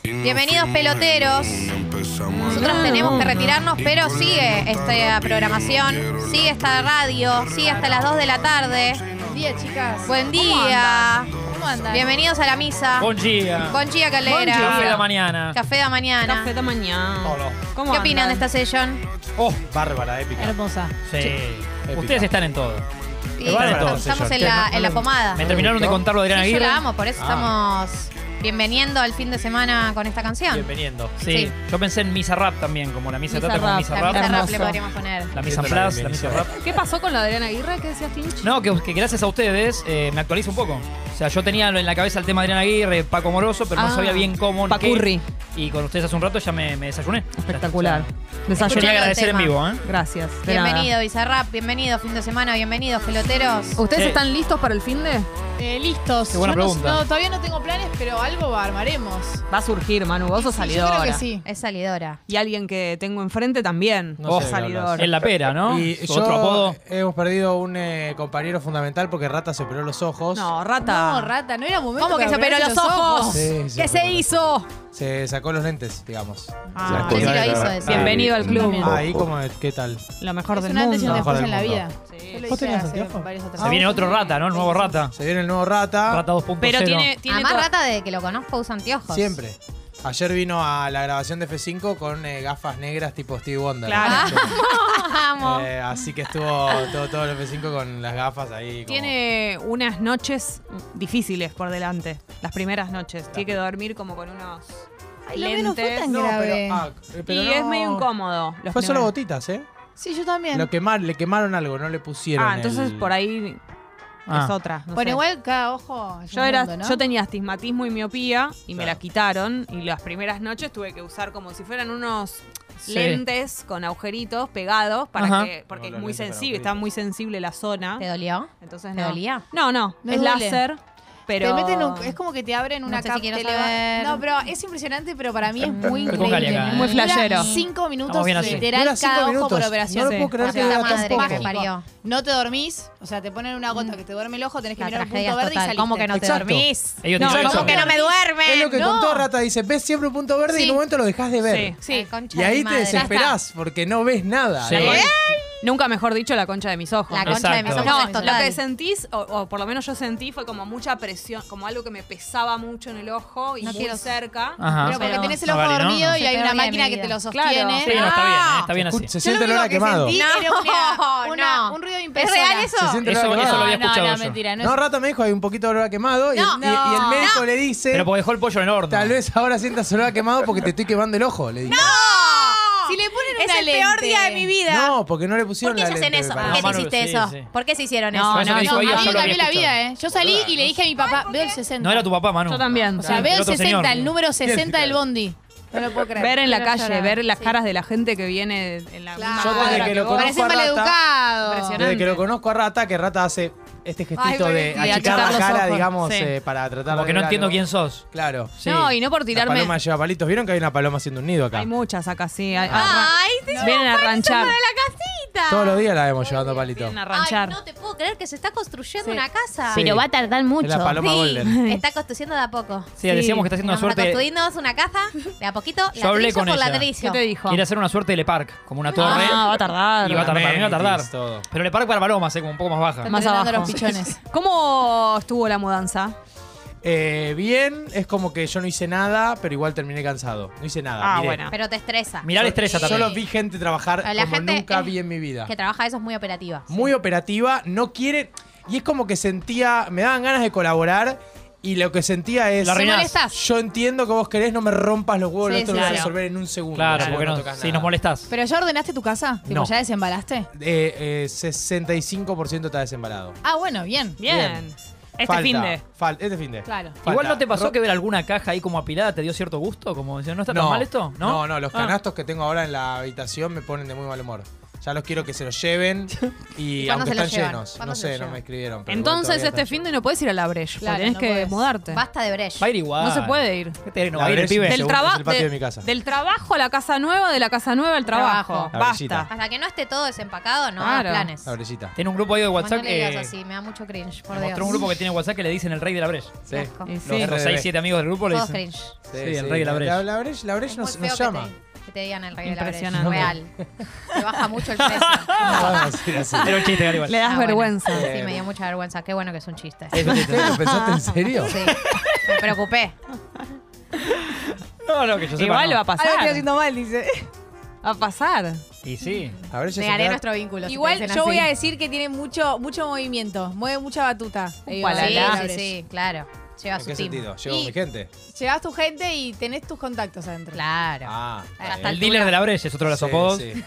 Speaker 5: Y nos
Speaker 2: Bienvenidos,
Speaker 5: fuimos en
Speaker 2: peloteros.
Speaker 5: una, empezamos a
Speaker 2: Nosotros tenemos que retirarnos, pero sigue esta programación, sigue esta radio, sigue hasta las 2 de la tarde.
Speaker 6: Buen día, chicas.
Speaker 2: Buen día.
Speaker 6: ¿Cómo andan?
Speaker 2: Bienvenidos a la misa.
Speaker 7: Buen día.
Speaker 2: Conchía
Speaker 7: Café de la
Speaker 2: Calera.
Speaker 7: mañana.
Speaker 2: Café de la mañana.
Speaker 1: Café de mañana.
Speaker 8: No, no.
Speaker 1: ¿Cómo
Speaker 2: ¿Qué
Speaker 1: andan?
Speaker 2: opinan de esta sesión?
Speaker 8: Oh, bárbara, épica.
Speaker 6: Hermosa.
Speaker 7: Sí.
Speaker 8: Épica.
Speaker 7: Ustedes están en todo.
Speaker 2: Sí,
Speaker 7: vale todo,
Speaker 2: Estamos
Speaker 8: sesión.
Speaker 2: en la, en la pomada.
Speaker 7: Me terminaron de contarlo de Ah. Adriana
Speaker 2: Sí, yo
Speaker 7: Aguirre.
Speaker 2: la amo, por eso estamos bienveniendo al fin de semana con esta canción.
Speaker 7: Bienvenido. Sí.
Speaker 2: Sí.
Speaker 7: Yo pensé en misa rap también, como la misa
Speaker 1: Misa
Speaker 7: trata como
Speaker 1: rap,
Speaker 7: misa
Speaker 2: La misa
Speaker 7: rap.
Speaker 2: rap le
Speaker 1: Hermoso.
Speaker 2: podríamos poner.
Speaker 7: La misa en
Speaker 8: Entiendo la
Speaker 7: plus, la misa
Speaker 8: bienvenida.
Speaker 7: rap.
Speaker 1: ¿Qué pasó con la Adriana Aguirre? ¿Qué decías, Tinch?
Speaker 7: No, que, que gracias a ustedes eh, me actualizo un poco. O sea, yo tenía en la cabeza el tema de Adriana Aguirre, Paco Moroso, pero
Speaker 1: Ah,
Speaker 7: no sabía bien cómo. ni qué.
Speaker 1: Pacurri.
Speaker 7: Y con ustedes hace un rato ya me, me desayuné.
Speaker 1: Espectacular.
Speaker 7: Yo quería
Speaker 1: Desayuné.
Speaker 7: agradecer en
Speaker 2: tema.
Speaker 7: vivo, ¿eh?
Speaker 1: Gracias. de
Speaker 2: Bienvenido, Bizarrap. Bienvenido, fin de semana. Bienvenidos, peloteros.
Speaker 1: nada. ¿Ustedes
Speaker 7: Sí.
Speaker 1: están listos para el fin de?
Speaker 6: Eh, listos.
Speaker 7: Qué buena
Speaker 6: Yo no-
Speaker 7: pregunta.
Speaker 6: No, todavía no tengo planes, pero algo armaremos.
Speaker 1: Va a surgir, Manu. Vos sos
Speaker 6: Sí,
Speaker 1: salidora.
Speaker 6: Yo creo que sí.
Speaker 2: Es salidora.
Speaker 1: Y alguien que tengo enfrente también.
Speaker 8: No
Speaker 1: es
Speaker 8: sé de qué
Speaker 1: salidor.
Speaker 8: hablas.
Speaker 7: Oh, En la pera, ¿no?
Speaker 8: Y
Speaker 7: Su
Speaker 8: yo
Speaker 7: Otro apodo.
Speaker 8: hemos perdido un eh, compañero fundamental porque Rata se operó los ojos.
Speaker 1: No, rata.
Speaker 6: No, rata, no era momento.
Speaker 1: ¿Cómo que
Speaker 6: para
Speaker 1: se operó
Speaker 6: operarse
Speaker 1: los ojos?
Speaker 8: Sí, sí,
Speaker 1: ¿Qué se
Speaker 8: operó.
Speaker 1: hizo?
Speaker 8: Se sacó los lentes, digamos.
Speaker 1: Ah,
Speaker 2: Usted sí
Speaker 1: bien-
Speaker 2: lo hizo, decía.
Speaker 1: bienvenido al club.
Speaker 6: También.
Speaker 8: Ahí como, ¿qué tal?
Speaker 1: Lo mejor
Speaker 6: Es
Speaker 1: del
Speaker 6: un antes y un
Speaker 1: mundo.
Speaker 6: después en la
Speaker 8: Mejor
Speaker 6: vida.
Speaker 8: del
Speaker 6: Yo lo
Speaker 8: ¿Vos
Speaker 6: hice
Speaker 8: tenés
Speaker 6: hace
Speaker 8: anteojos?
Speaker 6: varios atrás.
Speaker 7: Se viene otro rata, ¿no? El nuevo rata.
Speaker 8: Se viene el nuevo Rata.
Speaker 7: Rata 2.0.
Speaker 1: Pero tiene, tiene
Speaker 2: Además,
Speaker 1: to-
Speaker 2: rata de que lo conozco usa anteojos.
Speaker 8: Siempre. Ayer vino a la grabación de F5 con eh, gafas negras tipo Steve Wonder. Este,
Speaker 1: Claro.
Speaker 2: Vamos.
Speaker 8: Eh, así que estuvo todo, todo el F5 con las gafas ahí. como-
Speaker 1: tiene unas noches difíciles por delante. Las primeras noches. Tiene que dormir como con unos
Speaker 6: Ay, lo mío no fue
Speaker 1: lentes.
Speaker 6: tan
Speaker 8: No,
Speaker 6: grave.
Speaker 8: pero, ah, eh, pero
Speaker 1: y
Speaker 8: no-
Speaker 1: es medio incómodo. los
Speaker 8: Fue solo
Speaker 1: primeros.
Speaker 8: gotitas, ¿eh?
Speaker 6: Sí, yo también.
Speaker 8: Lo quemar, le quemaron algo, no le pusieron.
Speaker 1: Ah, entonces
Speaker 8: el-
Speaker 1: por ahí es
Speaker 7: Ah.
Speaker 1: otra. no
Speaker 6: Bueno,
Speaker 1: sé.
Speaker 6: igual cada ojo. es
Speaker 1: Yo,
Speaker 6: un
Speaker 1: era,
Speaker 6: mundo, ¿no?
Speaker 1: yo tenía astigmatismo y miopía y me
Speaker 8: Claro.
Speaker 1: la quitaron y las primeras noches tuve que usar como si fueran unos
Speaker 7: Sí.
Speaker 1: lentes con agujeritos pegados para
Speaker 7: Ajá.
Speaker 1: que porque
Speaker 8: No,
Speaker 1: es
Speaker 8: los
Speaker 1: muy
Speaker 8: lentes con
Speaker 1: sensible,
Speaker 8: agujeritos.
Speaker 1: está muy sensible la zona.
Speaker 2: ¿Te dolió?
Speaker 1: Entonces
Speaker 2: ¿Te
Speaker 1: no.
Speaker 2: dolía?
Speaker 1: No, no,
Speaker 6: No
Speaker 1: es
Speaker 6: duele.
Speaker 1: láser, pero
Speaker 6: Te meten un- es como que te abren una
Speaker 2: sé si
Speaker 6: capa.
Speaker 2: quiero
Speaker 6: te leva-
Speaker 2: saber.
Speaker 6: No, pero es impresionante, pero para mí es muy
Speaker 7: Estoy con
Speaker 6: increíble.
Speaker 7: Galia acá, ¿eh?
Speaker 1: Muy
Speaker 6: Dura
Speaker 1: flashero.
Speaker 6: Cinco minutos
Speaker 7: Estamos bien así.
Speaker 6: literal
Speaker 8: Dura cinco
Speaker 6: cada ojo por
Speaker 8: minutos.
Speaker 6: operación.
Speaker 8: No lo puedo creer
Speaker 6: O
Speaker 8: que
Speaker 6: sea,
Speaker 8: dura
Speaker 2: la
Speaker 8: tan
Speaker 2: madre
Speaker 8: poco.
Speaker 2: que me parió.
Speaker 6: No te dormís, o sea, te ponen una gota que te duerme el ojo, tenés que
Speaker 2: La
Speaker 6: mirar un
Speaker 2: tragedia
Speaker 6: punto
Speaker 2: es
Speaker 6: verde y
Speaker 2: total.
Speaker 6: saliste.
Speaker 2: ¿Cómo que no te
Speaker 8: Exacto.
Speaker 2: dormís?
Speaker 7: Ellos
Speaker 1: No,
Speaker 7: dicen
Speaker 1: ¿cómo
Speaker 7: eso.
Speaker 2: ¿Cómo que no me
Speaker 8: Es lo
Speaker 2: duermen?
Speaker 8: que
Speaker 6: No.
Speaker 8: contó Rata, dice, ves siempre un punto verde y
Speaker 6: Sí.
Speaker 8: en un momento lo dejas de ver.
Speaker 1: sí,
Speaker 6: Sí.
Speaker 2: Ay, concha
Speaker 8: Y
Speaker 2: de
Speaker 8: ahí
Speaker 2: mi
Speaker 8: te
Speaker 2: madre.
Speaker 8: desesperás porque no ves nada. ¿eh?
Speaker 7: Sí.
Speaker 8: Igual-
Speaker 1: nunca mejor dicho la concha de mis ojos.
Speaker 2: La concha de mis
Speaker 7: Exacto.
Speaker 2: ojos
Speaker 1: No,
Speaker 2: es
Speaker 1: lo
Speaker 2: total.
Speaker 1: que sentís, o, o por lo menos yo sentí, fue como mucha presión, como algo que me pesaba mucho en el ojo y
Speaker 2: No
Speaker 1: muy
Speaker 2: quiero-
Speaker 1: cerca.
Speaker 7: Ajá.
Speaker 6: Pero porque
Speaker 2: Pero-
Speaker 6: tenés el
Speaker 7: No,
Speaker 6: ojo
Speaker 7: Gali, ¿no?
Speaker 6: dormido
Speaker 2: No
Speaker 6: y
Speaker 2: sé,
Speaker 6: hay
Speaker 2: pero
Speaker 6: una
Speaker 2: bien,
Speaker 6: máquina que
Speaker 2: mi
Speaker 6: te
Speaker 2: vida.
Speaker 6: lo
Speaker 1: Claro.
Speaker 6: sostiene.
Speaker 7: Sí, no, está bien, ¿eh? está bien así.
Speaker 8: Escucha, Se
Speaker 6: Yo lo
Speaker 8: siente el olor a
Speaker 6: único que
Speaker 8: quemado.
Speaker 6: sentí era una-
Speaker 2: No,
Speaker 6: una-
Speaker 2: no.
Speaker 6: un ruido de
Speaker 2: ¿Es
Speaker 6: impresora.
Speaker 2: real eso?
Speaker 8: Se siente el
Speaker 7: Eso-
Speaker 8: olor a
Speaker 7: eso lo
Speaker 8: quemado.
Speaker 7: había escuchado
Speaker 6: No,
Speaker 7: yo.
Speaker 6: no, mentira. No,
Speaker 8: No,
Speaker 6: es-
Speaker 8: Rata me dijo hay un poquito de olor a quemado y,
Speaker 6: No,
Speaker 8: y- y el
Speaker 6: no.
Speaker 8: médico le dice
Speaker 7: Pero porque dejó el pollo en el horno.
Speaker 8: tal vez ahora sientas olor a quemado porque te estoy quemando el ojo, le digo.
Speaker 6: Si le ponen
Speaker 2: Es
Speaker 6: una
Speaker 2: el peor
Speaker 6: lente.
Speaker 2: día de mi vida.
Speaker 8: No, porque no le pusieron
Speaker 2: ¿Por qué
Speaker 8: la
Speaker 2: se hacen
Speaker 8: lente,
Speaker 2: eso?
Speaker 8: me
Speaker 2: ¿Por
Speaker 8: parece.
Speaker 2: qué te
Speaker 7: Manu,
Speaker 2: hiciste
Speaker 7: sí,
Speaker 2: eso?
Speaker 7: sí.
Speaker 2: ¿Por qué se hicieron
Speaker 1: No,
Speaker 2: eso?
Speaker 7: no,
Speaker 6: No,
Speaker 7: dijo
Speaker 6: a mí
Speaker 7: ella, yo
Speaker 6: me
Speaker 7: lo había
Speaker 6: cambió la
Speaker 7: escuchado.
Speaker 6: vida, ¿eh? Yo salí y le dije a mi papá, veo el 60.
Speaker 7: No era tu papá, Manu.
Speaker 1: Yo también.
Speaker 6: O sea,
Speaker 7: Sí,
Speaker 6: veo
Speaker 7: el
Speaker 6: el
Speaker 7: otro
Speaker 6: 60,
Speaker 7: señor.
Speaker 6: el número 60 del
Speaker 8: claro.
Speaker 6: bondi. No lo puedo creer.
Speaker 1: Ver en la
Speaker 6: Yo
Speaker 1: calle,
Speaker 6: lloraba.
Speaker 1: ver las
Speaker 6: Sí.
Speaker 1: caras de la gente que viene en la misma
Speaker 6: Yo desde
Speaker 1: cuadra
Speaker 6: que
Speaker 8: lo
Speaker 1: vos.
Speaker 8: conozco-
Speaker 6: Parecés
Speaker 8: Ojo a rata.
Speaker 6: maleducado.
Speaker 1: Impresionante.
Speaker 8: Desde que lo conozco a Rata, que Rata hace este gestito
Speaker 6: Ay,
Speaker 8: de
Speaker 6: bueno, sí,
Speaker 8: achicar
Speaker 1: achicar
Speaker 8: la
Speaker 1: los
Speaker 8: cara,
Speaker 1: ojos,
Speaker 8: digamos,
Speaker 1: sí.
Speaker 8: eh, para tratar
Speaker 7: Porque
Speaker 8: de
Speaker 7: no
Speaker 8: ver
Speaker 7: entiendo
Speaker 8: algo.
Speaker 7: quién sos.
Speaker 8: Claro. sí.
Speaker 1: No, y no por
Speaker 8: La
Speaker 1: tirarme.
Speaker 8: paloma lleva
Speaker 2: Ah.
Speaker 8: palitos. ¿Vieron que hay una paloma haciendo un nido acá?
Speaker 1: Hay muchas acá, sí.
Speaker 8: Ah.
Speaker 1: Vienen a ranchar.
Speaker 2: palita.
Speaker 8: Todos los días la vemos llevando palito.
Speaker 1: Vienen a
Speaker 2: Ay,
Speaker 1: ranchar.
Speaker 2: no te puedo creer que se está construyendo
Speaker 1: Sí.
Speaker 2: una casa.
Speaker 8: Sí.
Speaker 9: Pero va a tardar mucho.
Speaker 8: Es la paloma
Speaker 2: Sí,
Speaker 8: Golden.
Speaker 2: está construyendo de a poco.
Speaker 7: Sí, decíamos que está haciendo una
Speaker 2: Nos vamos
Speaker 7: suerte.
Speaker 2: construyéndonos una casa de a poquito,
Speaker 7: Yo hablé
Speaker 2: ladrillo
Speaker 7: con
Speaker 2: por
Speaker 7: ella.
Speaker 1: ¿Qué
Speaker 2: ladrillo.
Speaker 1: te dijo?
Speaker 7: Quiere hacer una suerte de Le Parc, como una torre.
Speaker 1: Ah, va a tardar.
Speaker 7: y va a tardar, también va a tardar.
Speaker 8: Amenities, todo.
Speaker 7: Pero Le Parc para palomas, eh, como un poco más baja.
Speaker 1: Más
Speaker 6: Entrenando
Speaker 1: abajo.
Speaker 6: los pichones.
Speaker 1: ¿Cómo estuvo la mudanza?
Speaker 8: Eh, bien, es como que yo no hice nada, pero igual terminé cansado. No hice nada.
Speaker 1: Ah,
Speaker 8: miré.
Speaker 1: bueno.
Speaker 2: Pero te estresa.
Speaker 7: Mirar estrella también.
Speaker 8: Solo vi gente trabajar
Speaker 2: Ah. A la
Speaker 8: como
Speaker 2: gente
Speaker 8: nunca
Speaker 2: es-
Speaker 8: vi en mi vida.
Speaker 2: Que trabaja eso es muy operativa.
Speaker 8: Muy operativa, no quiere. Y es como que sentía. Me daban ganas de colaborar. Y lo que sentía es.
Speaker 7: La
Speaker 2: ¿Te
Speaker 7: arruinás.
Speaker 2: molestás?
Speaker 8: Yo entiendo que vos querés, no me rompas los huevos,
Speaker 6: Sí,
Speaker 8: lo otro lo
Speaker 6: sí,
Speaker 8: voy a
Speaker 6: claro.
Speaker 8: resolver en un segundo.
Speaker 7: Claro,
Speaker 8: si vos
Speaker 7: porque no.
Speaker 8: tocas
Speaker 7: Si
Speaker 8: nada.
Speaker 7: nos molestás.
Speaker 6: ¿Pero ya ordenaste tu casa? Tipo,
Speaker 8: No.
Speaker 6: ¿Ya desembalaste?
Speaker 8: Eh, eh, 65% está desembalado.
Speaker 6: Ah, bueno, bien.
Speaker 1: Bien.
Speaker 8: Bien.
Speaker 1: Este
Speaker 8: Falta,
Speaker 1: fin de.
Speaker 8: fal- este fin de.
Speaker 6: Claro.
Speaker 7: Igual no te pasó que ver alguna caja ahí como apilada te dio cierto gusto, como diciendo, ¿no está tan mal esto?
Speaker 8: No, no, los
Speaker 7: Ah.
Speaker 8: canastos que tengo ahora en la habitación me ponen de muy mal humor. Ya los quiero que se los lleven y
Speaker 2: ¿Y cuándo
Speaker 8: aunque
Speaker 2: se los
Speaker 8: están
Speaker 2: llevan?
Speaker 8: llenos.
Speaker 2: ¿Cuándo
Speaker 8: No
Speaker 2: se los
Speaker 8: sé, no
Speaker 2: llevan?
Speaker 8: me escribieron. pero igual
Speaker 1: Entonces
Speaker 8: todavía
Speaker 1: este
Speaker 8: están
Speaker 1: fin
Speaker 8: llenos.
Speaker 1: de no puedes ir a la Breche,
Speaker 6: Claro,
Speaker 1: tenés
Speaker 6: no
Speaker 1: que
Speaker 6: podés.
Speaker 1: mudarte.
Speaker 2: Basta de brecha.
Speaker 7: Va a ir igual.
Speaker 1: No se puede ir.
Speaker 7: ¿Qué te- no
Speaker 8: La
Speaker 7: va a ir el
Speaker 8: brecha
Speaker 7: pibe?
Speaker 8: es
Speaker 1: Del,
Speaker 8: Según
Speaker 1: traba-
Speaker 8: es el patio
Speaker 1: de-
Speaker 8: de mi casa.
Speaker 1: del trabajo a la casa nueva, de la casa nueva al trabajo.
Speaker 8: La
Speaker 1: Basta.
Speaker 8: visita.
Speaker 2: Hasta que no esté todo desempacado, no
Speaker 1: Claro.
Speaker 2: hagas planes.
Speaker 8: La orillita.
Speaker 7: Tiene un grupo ahí de
Speaker 2: Como
Speaker 7: WhatsApp
Speaker 2: no le digas
Speaker 7: que.
Speaker 2: así, me da mucho cringe, por
Speaker 7: me
Speaker 2: Dios.
Speaker 7: mostró un grupo que tiene WhatsApp que le dicen el rey de la brecha.
Speaker 2: Qué asco.
Speaker 1: Y sí.
Speaker 7: Los
Speaker 8: RDB.
Speaker 7: 6, 7 amigos del grupo le
Speaker 2: Todos
Speaker 7: dicen.
Speaker 2: cringe.
Speaker 7: Sí, el rey de la brecha.
Speaker 8: La, la Breche, la Breche
Speaker 2: Es muy
Speaker 8: nos,
Speaker 2: feo
Speaker 8: nos
Speaker 2: que
Speaker 8: llama.
Speaker 2: te- Que te digan el rey de la brecha.
Speaker 1: Impresionante.
Speaker 2: Real. Te baja mucho el precio.
Speaker 7: Ah,
Speaker 8: No vamos a decir Ah, así.
Speaker 7: Era un chiste, Gary, igual.
Speaker 1: Le das
Speaker 2: Ah, bueno.
Speaker 1: vergüenza.
Speaker 2: Sí, me dio mucha vergüenza. Qué bueno que es un chiste.
Speaker 8: ¿Ustedes lo pensaste en serio?
Speaker 2: Sí. Me preocupé.
Speaker 7: No, no, que yo sepa,
Speaker 1: Igual
Speaker 7: no.
Speaker 1: va a pasar.
Speaker 6: haciendo mal, dice.
Speaker 1: Va a pasar.
Speaker 7: Y sí.
Speaker 8: La Breche es
Speaker 2: Negaré
Speaker 8: un
Speaker 2: nuestro vínculo. si
Speaker 6: Igual
Speaker 2: te dicen
Speaker 6: yo
Speaker 2: así.
Speaker 6: voy a decir que tiene mucho, mucho movimiento. Mueve mucha batuta. Eh,
Speaker 1: palalá.
Speaker 6: Gabriel.
Speaker 2: Sí, sí, sí, claro. Lleva
Speaker 8: ¿En
Speaker 2: su
Speaker 8: qué
Speaker 2: team.
Speaker 8: sentido? Llevo
Speaker 6: Y-
Speaker 8: mi gente.
Speaker 6: Llevas tu gente y tenés tus contactos adentro.
Speaker 2: Claro.
Speaker 8: Ah, está
Speaker 2: Hasta
Speaker 8: bien.
Speaker 7: El dealer de la brecha es otro de los
Speaker 8: Sí,
Speaker 7: apodos.
Speaker 8: sí.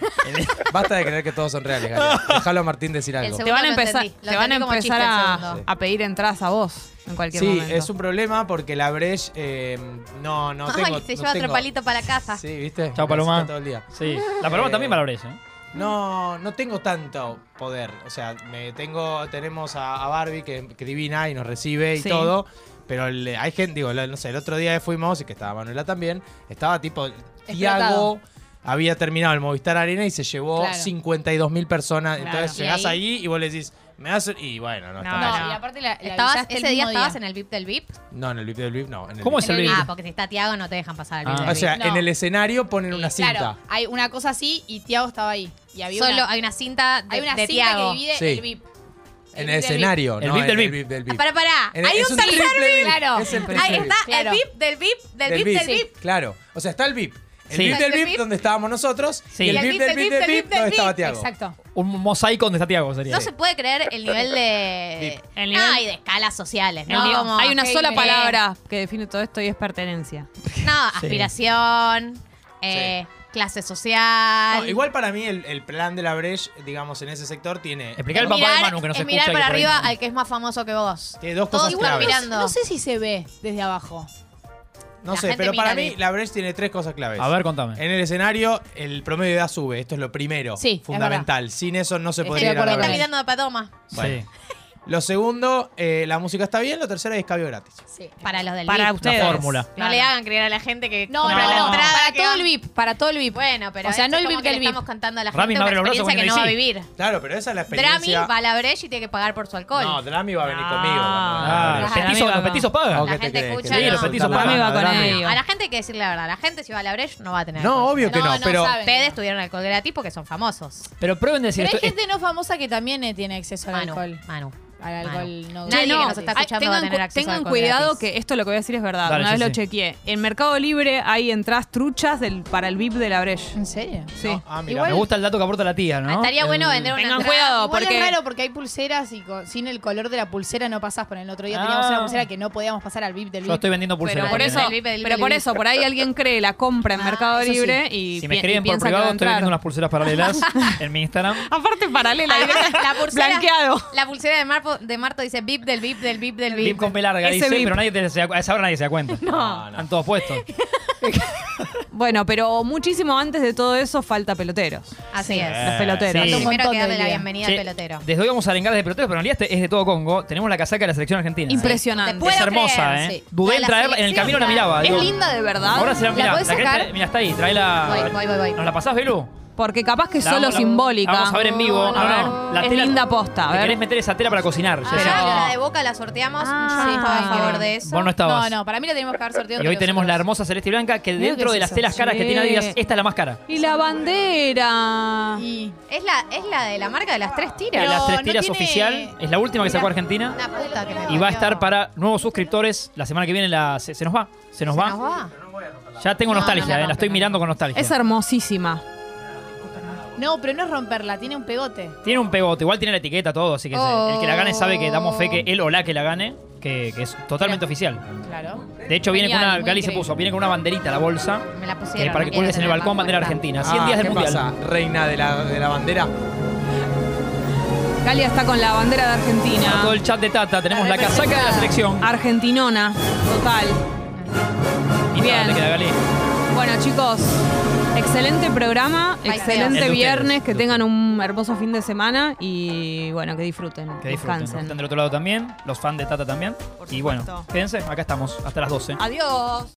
Speaker 8: Basta de creer que todos son reales, Galia. Dejalo a Martín decir
Speaker 2: El
Speaker 8: algo.
Speaker 2: segundo
Speaker 1: Te van a
Speaker 2: lo
Speaker 1: empezar,
Speaker 2: entendí. Lo
Speaker 1: te van a,
Speaker 2: entendí como
Speaker 1: empezar
Speaker 2: chiste el
Speaker 1: a,
Speaker 2: segundo.
Speaker 1: a pedir entradas a vos en cualquier
Speaker 8: Sí,
Speaker 1: momento.
Speaker 8: es un problema porque la Breche eh, no, no
Speaker 2: Ay,
Speaker 8: tengo.
Speaker 2: Ah, se
Speaker 8: no
Speaker 2: lleva otro
Speaker 8: tengo-
Speaker 2: palito para la casa.
Speaker 8: Sí, ¿viste?
Speaker 7: Chao,
Speaker 8: Me
Speaker 7: Paloma.
Speaker 8: necesito Todo el día.
Speaker 7: Sí. La paloma
Speaker 8: Eh,
Speaker 7: también para la brecha. ¿eh?
Speaker 8: No, no tengo tanto poder. O sea, me tengo, tenemos a, a Barbie que, que divina y nos recibe y
Speaker 1: Sí.
Speaker 8: todo. Pero el- hay gente, digo, lo- no sé, el otro día que fuimos y que estaba Manuela también, estaba tipo Tiago.
Speaker 6: Explotado.
Speaker 8: Había terminado el Movistar Arena y se llevó
Speaker 6: Claro.
Speaker 8: 52 mil personas.
Speaker 1: Claro.
Speaker 8: Entonces
Speaker 2: Y
Speaker 8: llegás
Speaker 2: ahí-
Speaker 8: ahí y vos le decís, me das. un-?" Y bueno, no,
Speaker 1: No,
Speaker 8: estaba
Speaker 1: no.
Speaker 8: allí.
Speaker 6: y aparte la, la
Speaker 2: Estabas,
Speaker 6: avisaste el
Speaker 2: ese día
Speaker 6: mismo
Speaker 2: estabas en el VIP del VIP.
Speaker 8: No, en el VIP del VIP no. en el
Speaker 7: ¿Cómo
Speaker 8: VIP.
Speaker 7: es el VIP?
Speaker 2: Ah, porque si está Tiago no te dejan pasar al VIP.
Speaker 7: Ah.
Speaker 2: del
Speaker 8: O
Speaker 2: VIP.
Speaker 8: sea,
Speaker 6: No.
Speaker 8: en el escenario ponen una cinta.
Speaker 6: Claro, hay una cosa así y Tiago estaba ahí. Y había
Speaker 2: Solo
Speaker 6: una,
Speaker 2: hay una cinta de,
Speaker 6: hay una
Speaker 2: de
Speaker 6: cinta
Speaker 2: Tiago.
Speaker 6: que divide
Speaker 8: Sí.
Speaker 6: el VIP.
Speaker 8: En
Speaker 6: El
Speaker 8: el
Speaker 6: VIP del
Speaker 8: escenario, no
Speaker 7: VIP. El VIP del
Speaker 8: en
Speaker 7: VIP.
Speaker 8: del
Speaker 2: Ah,
Speaker 8: VIP.
Speaker 2: Pará, pará.
Speaker 8: En-
Speaker 2: hay
Speaker 8: es
Speaker 2: un
Speaker 8: un
Speaker 2: tercer
Speaker 8: triple
Speaker 2: VIP.
Speaker 8: VIP.
Speaker 2: Claro.
Speaker 8: Es el
Speaker 2: Ahí
Speaker 8: tercer
Speaker 2: está
Speaker 6: Claro.
Speaker 2: el VIP del VIP del
Speaker 8: Del
Speaker 2: VIP del VIP.
Speaker 8: Claro. O sea, está el VIP. El
Speaker 7: Sí.
Speaker 8: VIP del
Speaker 6: Del
Speaker 8: VIP,
Speaker 6: VIP.
Speaker 8: donde estábamos nosotros.
Speaker 7: Sí.
Speaker 8: Y
Speaker 7: Y
Speaker 8: el
Speaker 7: el
Speaker 8: VIP del VIP del VIP donde estaba Tiago.
Speaker 6: Exacto.
Speaker 7: Un mosaico donde está Tiago sería.
Speaker 2: No se puede creer el nivel de.
Speaker 8: VIP.
Speaker 1: El nivel-
Speaker 2: Ay, de escalas sociales, ¿no?
Speaker 1: El nivel-
Speaker 2: Como-
Speaker 1: hay una
Speaker 6: qué
Speaker 1: sola
Speaker 6: diferente.
Speaker 1: palabra que define todo esto y es pertenencia.
Speaker 2: No, aspiración, eh, clase social.
Speaker 8: No, Ah, igual para mí el, el plan de la Breche, digamos, en ese sector tiene...
Speaker 7: Explicar
Speaker 2: Es
Speaker 7: al papá de
Speaker 2: mirar-
Speaker 7: Manu que no se
Speaker 2: es mirar
Speaker 7: escucha. y
Speaker 2: para
Speaker 7: por ahí-
Speaker 2: arriba al que es más famoso que vos.
Speaker 8: Tiene dos
Speaker 2: Todos
Speaker 8: cosas
Speaker 2: igual
Speaker 8: claves.
Speaker 2: mirando.
Speaker 6: No sé si se ve desde abajo.
Speaker 8: No
Speaker 2: La
Speaker 8: sé,
Speaker 2: gente
Speaker 8: pero
Speaker 2: mira
Speaker 8: para
Speaker 2: de-
Speaker 8: mí la Breche tiene tres cosas claves.
Speaker 7: A ver, contame.
Speaker 8: En el escenario, el promedio de edad sube. Esto es lo primero.
Speaker 6: Sí, es
Speaker 8: Fundamental. Sin eso no se
Speaker 2: Este
Speaker 8: podría
Speaker 2: es
Speaker 8: ir
Speaker 2: el
Speaker 8: a
Speaker 2: que
Speaker 8: la
Speaker 2: está
Speaker 8: Breche.
Speaker 2: mirando a Patoma.
Speaker 8: Bueno. Lo segundo, eh, la música está bien. Lo tercero es cambio gratis.
Speaker 6: Sí.
Speaker 2: Para los del
Speaker 1: Para
Speaker 2: VIP.
Speaker 1: ustedes.
Speaker 7: fórmula.
Speaker 2: No le hagan creer a la gente que
Speaker 6: No, no,
Speaker 2: compra la
Speaker 6: no,
Speaker 2: entrada.
Speaker 6: para
Speaker 2: que
Speaker 6: todo
Speaker 2: va-
Speaker 6: el VIP, para todo el VIP.
Speaker 2: Bueno, pero
Speaker 6: O sea,
Speaker 2: esto
Speaker 6: no
Speaker 2: es
Speaker 6: el
Speaker 2: como
Speaker 6: VIP
Speaker 2: que
Speaker 6: del
Speaker 2: le
Speaker 6: VIP.
Speaker 2: estamos cantando a la gente
Speaker 7: Rami me
Speaker 2: una
Speaker 7: abre los brazos
Speaker 2: experiencia que no
Speaker 7: cuando
Speaker 2: va a
Speaker 7: me
Speaker 2: vivir.
Speaker 8: Claro, pero esa es la
Speaker 2: Drami
Speaker 8: experiencia...
Speaker 2: va a la brecha y tiene que pagar por su alcohol.
Speaker 8: No, Drami va a venir
Speaker 1: No.
Speaker 8: conmigo.
Speaker 7: Ah, los
Speaker 1: Para mí
Speaker 7: petizos-
Speaker 1: va
Speaker 7: los
Speaker 1: con-
Speaker 7: petizos pagan.
Speaker 8: ¿O qué
Speaker 2: La gente
Speaker 8: crees?
Speaker 2: escucha, Sí,
Speaker 8: ¿Que
Speaker 2: los
Speaker 8: te resulta
Speaker 7: petizos
Speaker 8: para
Speaker 7: para mí
Speaker 8: nada,
Speaker 1: va con
Speaker 8: Drami?
Speaker 1: ellos.
Speaker 2: a la gente hay que decirle la verdad. La gente si va a la brecha no va a tener
Speaker 8: No,
Speaker 2: alcohol.
Speaker 8: obvio que
Speaker 6: No,
Speaker 8: no,
Speaker 6: no
Speaker 8: pero...
Speaker 6: saben.
Speaker 2: Ustedes tuvieron alcoholera tipo que son famosos.
Speaker 7: Pero prueben decir
Speaker 6: Pero hay
Speaker 7: esto.
Speaker 6: gente no famosa que también eh, tiene acceso al
Speaker 2: Manu,
Speaker 6: alcohol.
Speaker 2: Manu.
Speaker 6: Al alcohol no.
Speaker 2: Nadie
Speaker 1: Che,
Speaker 2: que nos está
Speaker 1: ay,
Speaker 2: escuchando
Speaker 1: tengan
Speaker 2: va a tener
Speaker 1: cu-
Speaker 2: acceso a
Speaker 1: Tengan
Speaker 2: alcohol
Speaker 1: cuidado
Speaker 2: gratis.
Speaker 1: que esto lo que voy a decir es verdad.
Speaker 7: Dale,
Speaker 1: Una vez
Speaker 7: sí,
Speaker 1: lo
Speaker 7: sí.
Speaker 1: chequeé. En Mercado Libre hay entradas truchas del, para el VIP de la Breche.
Speaker 6: ¿En serio?
Speaker 1: Sí.
Speaker 8: Ah, mirá.
Speaker 7: Me gusta el dato que aporta la tía,
Speaker 1: Ah,
Speaker 7: ¿no?
Speaker 2: Estaría
Speaker 7: El-
Speaker 2: bueno vender una
Speaker 1: Tengan
Speaker 2: entrada.
Speaker 1: cuidado,
Speaker 6: Igual
Speaker 1: porque-
Speaker 6: es
Speaker 7: Pues
Speaker 6: raro porque hay pulseras y co- sin el color de la pulsera no pasás. Por el otro día teníamos
Speaker 7: Ah.
Speaker 6: una pulsera que no podíamos pasar al VIP del
Speaker 7: Yo
Speaker 6: VIP.
Speaker 7: estoy vendiendo pulseras.
Speaker 1: Pero por
Speaker 7: también,
Speaker 1: eso,
Speaker 7: ¿eh?
Speaker 2: El VIP, el
Speaker 1: pero
Speaker 2: VIP.
Speaker 1: por eso, por ahí alguien cree la compra en Mercado
Speaker 6: eso sí.
Speaker 1: Libre y
Speaker 7: Si me
Speaker 1: pi-
Speaker 7: escriben
Speaker 1: y
Speaker 7: por
Speaker 1: piensa que va
Speaker 7: privado,
Speaker 1: a
Speaker 7: estoy
Speaker 1: entrar.
Speaker 7: vendiendo unas pulseras paralelas en mi Instagram.
Speaker 1: Aparte paralela,
Speaker 2: Además,
Speaker 1: directa-
Speaker 2: Ah, la pulsera,
Speaker 1: blanqueado.
Speaker 2: La pulsera de, Marpo- de Marto dice VIP del VIP del VIP del
Speaker 7: Bip
Speaker 2: VIP.
Speaker 7: con P larga,
Speaker 1: Ese
Speaker 7: dice,
Speaker 1: bip.
Speaker 7: pero nadie te- se da cu- a esa hora nadie se da cuenta. No, Están todos puestos.
Speaker 1: Bueno, pero muchísimo antes de todo eso falta peloteros.
Speaker 2: Así
Speaker 6: Sí.
Speaker 2: es.
Speaker 1: Los peloteros.
Speaker 7: Eh, Sí.
Speaker 2: Primero
Speaker 6: montón
Speaker 2: que
Speaker 6: de
Speaker 2: darle la
Speaker 6: idea.
Speaker 2: bienvenida
Speaker 7: Che,
Speaker 2: al pelotero.
Speaker 7: Desde hoy vamos a arengar de peloteros, pero en realidad este es de todo Congo. Tenemos la casaca de la selección argentina.
Speaker 1: Impresionante.
Speaker 2: Te
Speaker 7: Es
Speaker 2: puedo
Speaker 7: hermosa,
Speaker 2: creer,
Speaker 7: ¿eh?
Speaker 2: sí.
Speaker 7: Dudé en
Speaker 2: La
Speaker 7: traerla, en el
Speaker 2: selección,
Speaker 7: camino la miraba.
Speaker 1: Es
Speaker 7: digo,
Speaker 1: linda de verdad.
Speaker 7: Ahora se la este, mirá.
Speaker 2: podés
Speaker 7: La querés
Speaker 2: sacar?
Speaker 7: traer- Mira, está ahí, tráela.
Speaker 2: Voy, voy, voy, voy.
Speaker 7: ¿Nos la pasás, Belu?
Speaker 1: Porque capaz que es
Speaker 7: La
Speaker 1: solo
Speaker 7: vamos- la-
Speaker 1: simbólica.
Speaker 7: la vamos a ver en vivo.
Speaker 1: A
Speaker 7: No,
Speaker 1: ver,
Speaker 7: no, la
Speaker 1: es
Speaker 7: tela-
Speaker 1: linda posta, a
Speaker 7: Le
Speaker 1: ver.
Speaker 7: querés meter esa tela para cocinar.
Speaker 2: Ah,
Speaker 7: Jessy.
Speaker 2: la de Boca la sorteamos.
Speaker 1: Ah,
Speaker 2: yo no estaba
Speaker 1: sí.
Speaker 2: a favor de eso.
Speaker 7: Vos no estabas.
Speaker 6: No, no, para mí la tenemos que haber sorteado.
Speaker 7: y
Speaker 6: entre
Speaker 7: hoy tenemos la
Speaker 6: nosotros.
Speaker 7: hermosa celeste y blanca que
Speaker 6: Mira
Speaker 7: dentro
Speaker 6: que
Speaker 7: de
Speaker 6: es
Speaker 7: las
Speaker 6: eso.
Speaker 7: telas caras que tiene
Speaker 1: Sí.
Speaker 7: Adidas, esta es la más cara.
Speaker 1: Y la bandera.
Speaker 6: Y-
Speaker 2: Es la, es la de la marca de las tres tiras.
Speaker 7: de las tres
Speaker 6: no
Speaker 7: tiras
Speaker 6: tiene-
Speaker 7: oficial, es la última que sacó Argentina.
Speaker 2: Una puta que me
Speaker 7: Y
Speaker 2: parió.
Speaker 7: va a estar para nuevos suscriptores la semana que viene. La, se, se nos va, se nos
Speaker 2: ¿Se
Speaker 7: va.
Speaker 2: nos va?
Speaker 7: Ya tengo
Speaker 2: No,
Speaker 7: nostalgia,
Speaker 2: no la
Speaker 7: eh, la estoy
Speaker 2: rompe,
Speaker 7: mirando con nostalgia.
Speaker 1: Es hermosísima.
Speaker 6: No, pero no es romperla, tiene un pegote.
Speaker 7: Tiene un pegote, igual tiene la etiqueta, todo, así que se-
Speaker 2: Oh.
Speaker 7: el que la gane sabe que damos
Speaker 1: Oh.
Speaker 7: fe que él o la que la gane, que, que es totalmente oficial.
Speaker 6: Claro.
Speaker 7: De hecho, viene con
Speaker 1: Genial,
Speaker 7: una,
Speaker 1: muy
Speaker 7: Gali se
Speaker 1: increíble.
Speaker 7: puso, viene con una banderita a la bolsa,
Speaker 2: Me la pusieron.
Speaker 7: eh, para
Speaker 2: no
Speaker 7: que
Speaker 2: quiero
Speaker 7: cuelgues en el
Speaker 2: tenerla
Speaker 7: balcón
Speaker 2: más
Speaker 7: bandera
Speaker 2: puesta.
Speaker 7: argentina. 100
Speaker 8: Ah,
Speaker 7: días del
Speaker 8: ¿qué
Speaker 7: mundial.
Speaker 8: pasa? Reina de la, de la bandera.
Speaker 1: Galia está con la bandera de
Speaker 7: A todo
Speaker 1: Argentina.
Speaker 7: el chat de Tata, tenemos la,
Speaker 1: representa-
Speaker 7: casaca de la selección.
Speaker 1: Ah, Argentinona, total.
Speaker 7: Y nada,
Speaker 1: bien.
Speaker 7: te queda, Gali.
Speaker 1: Bueno, chicos, excelente programa,
Speaker 2: Ahí
Speaker 1: excelente
Speaker 7: El de ustedes,
Speaker 1: viernes, que
Speaker 7: el de
Speaker 1: tengan un hermoso fin de semana y bueno, que disfruten,
Speaker 7: Que disfruten. los que Están
Speaker 1: descansen.
Speaker 7: del otro lado también, los fans de Tata también.
Speaker 1: Por
Speaker 7: Y bueno,
Speaker 1: supuesto.
Speaker 7: quédense, acá estamos, hasta las 12.
Speaker 1: Adiós.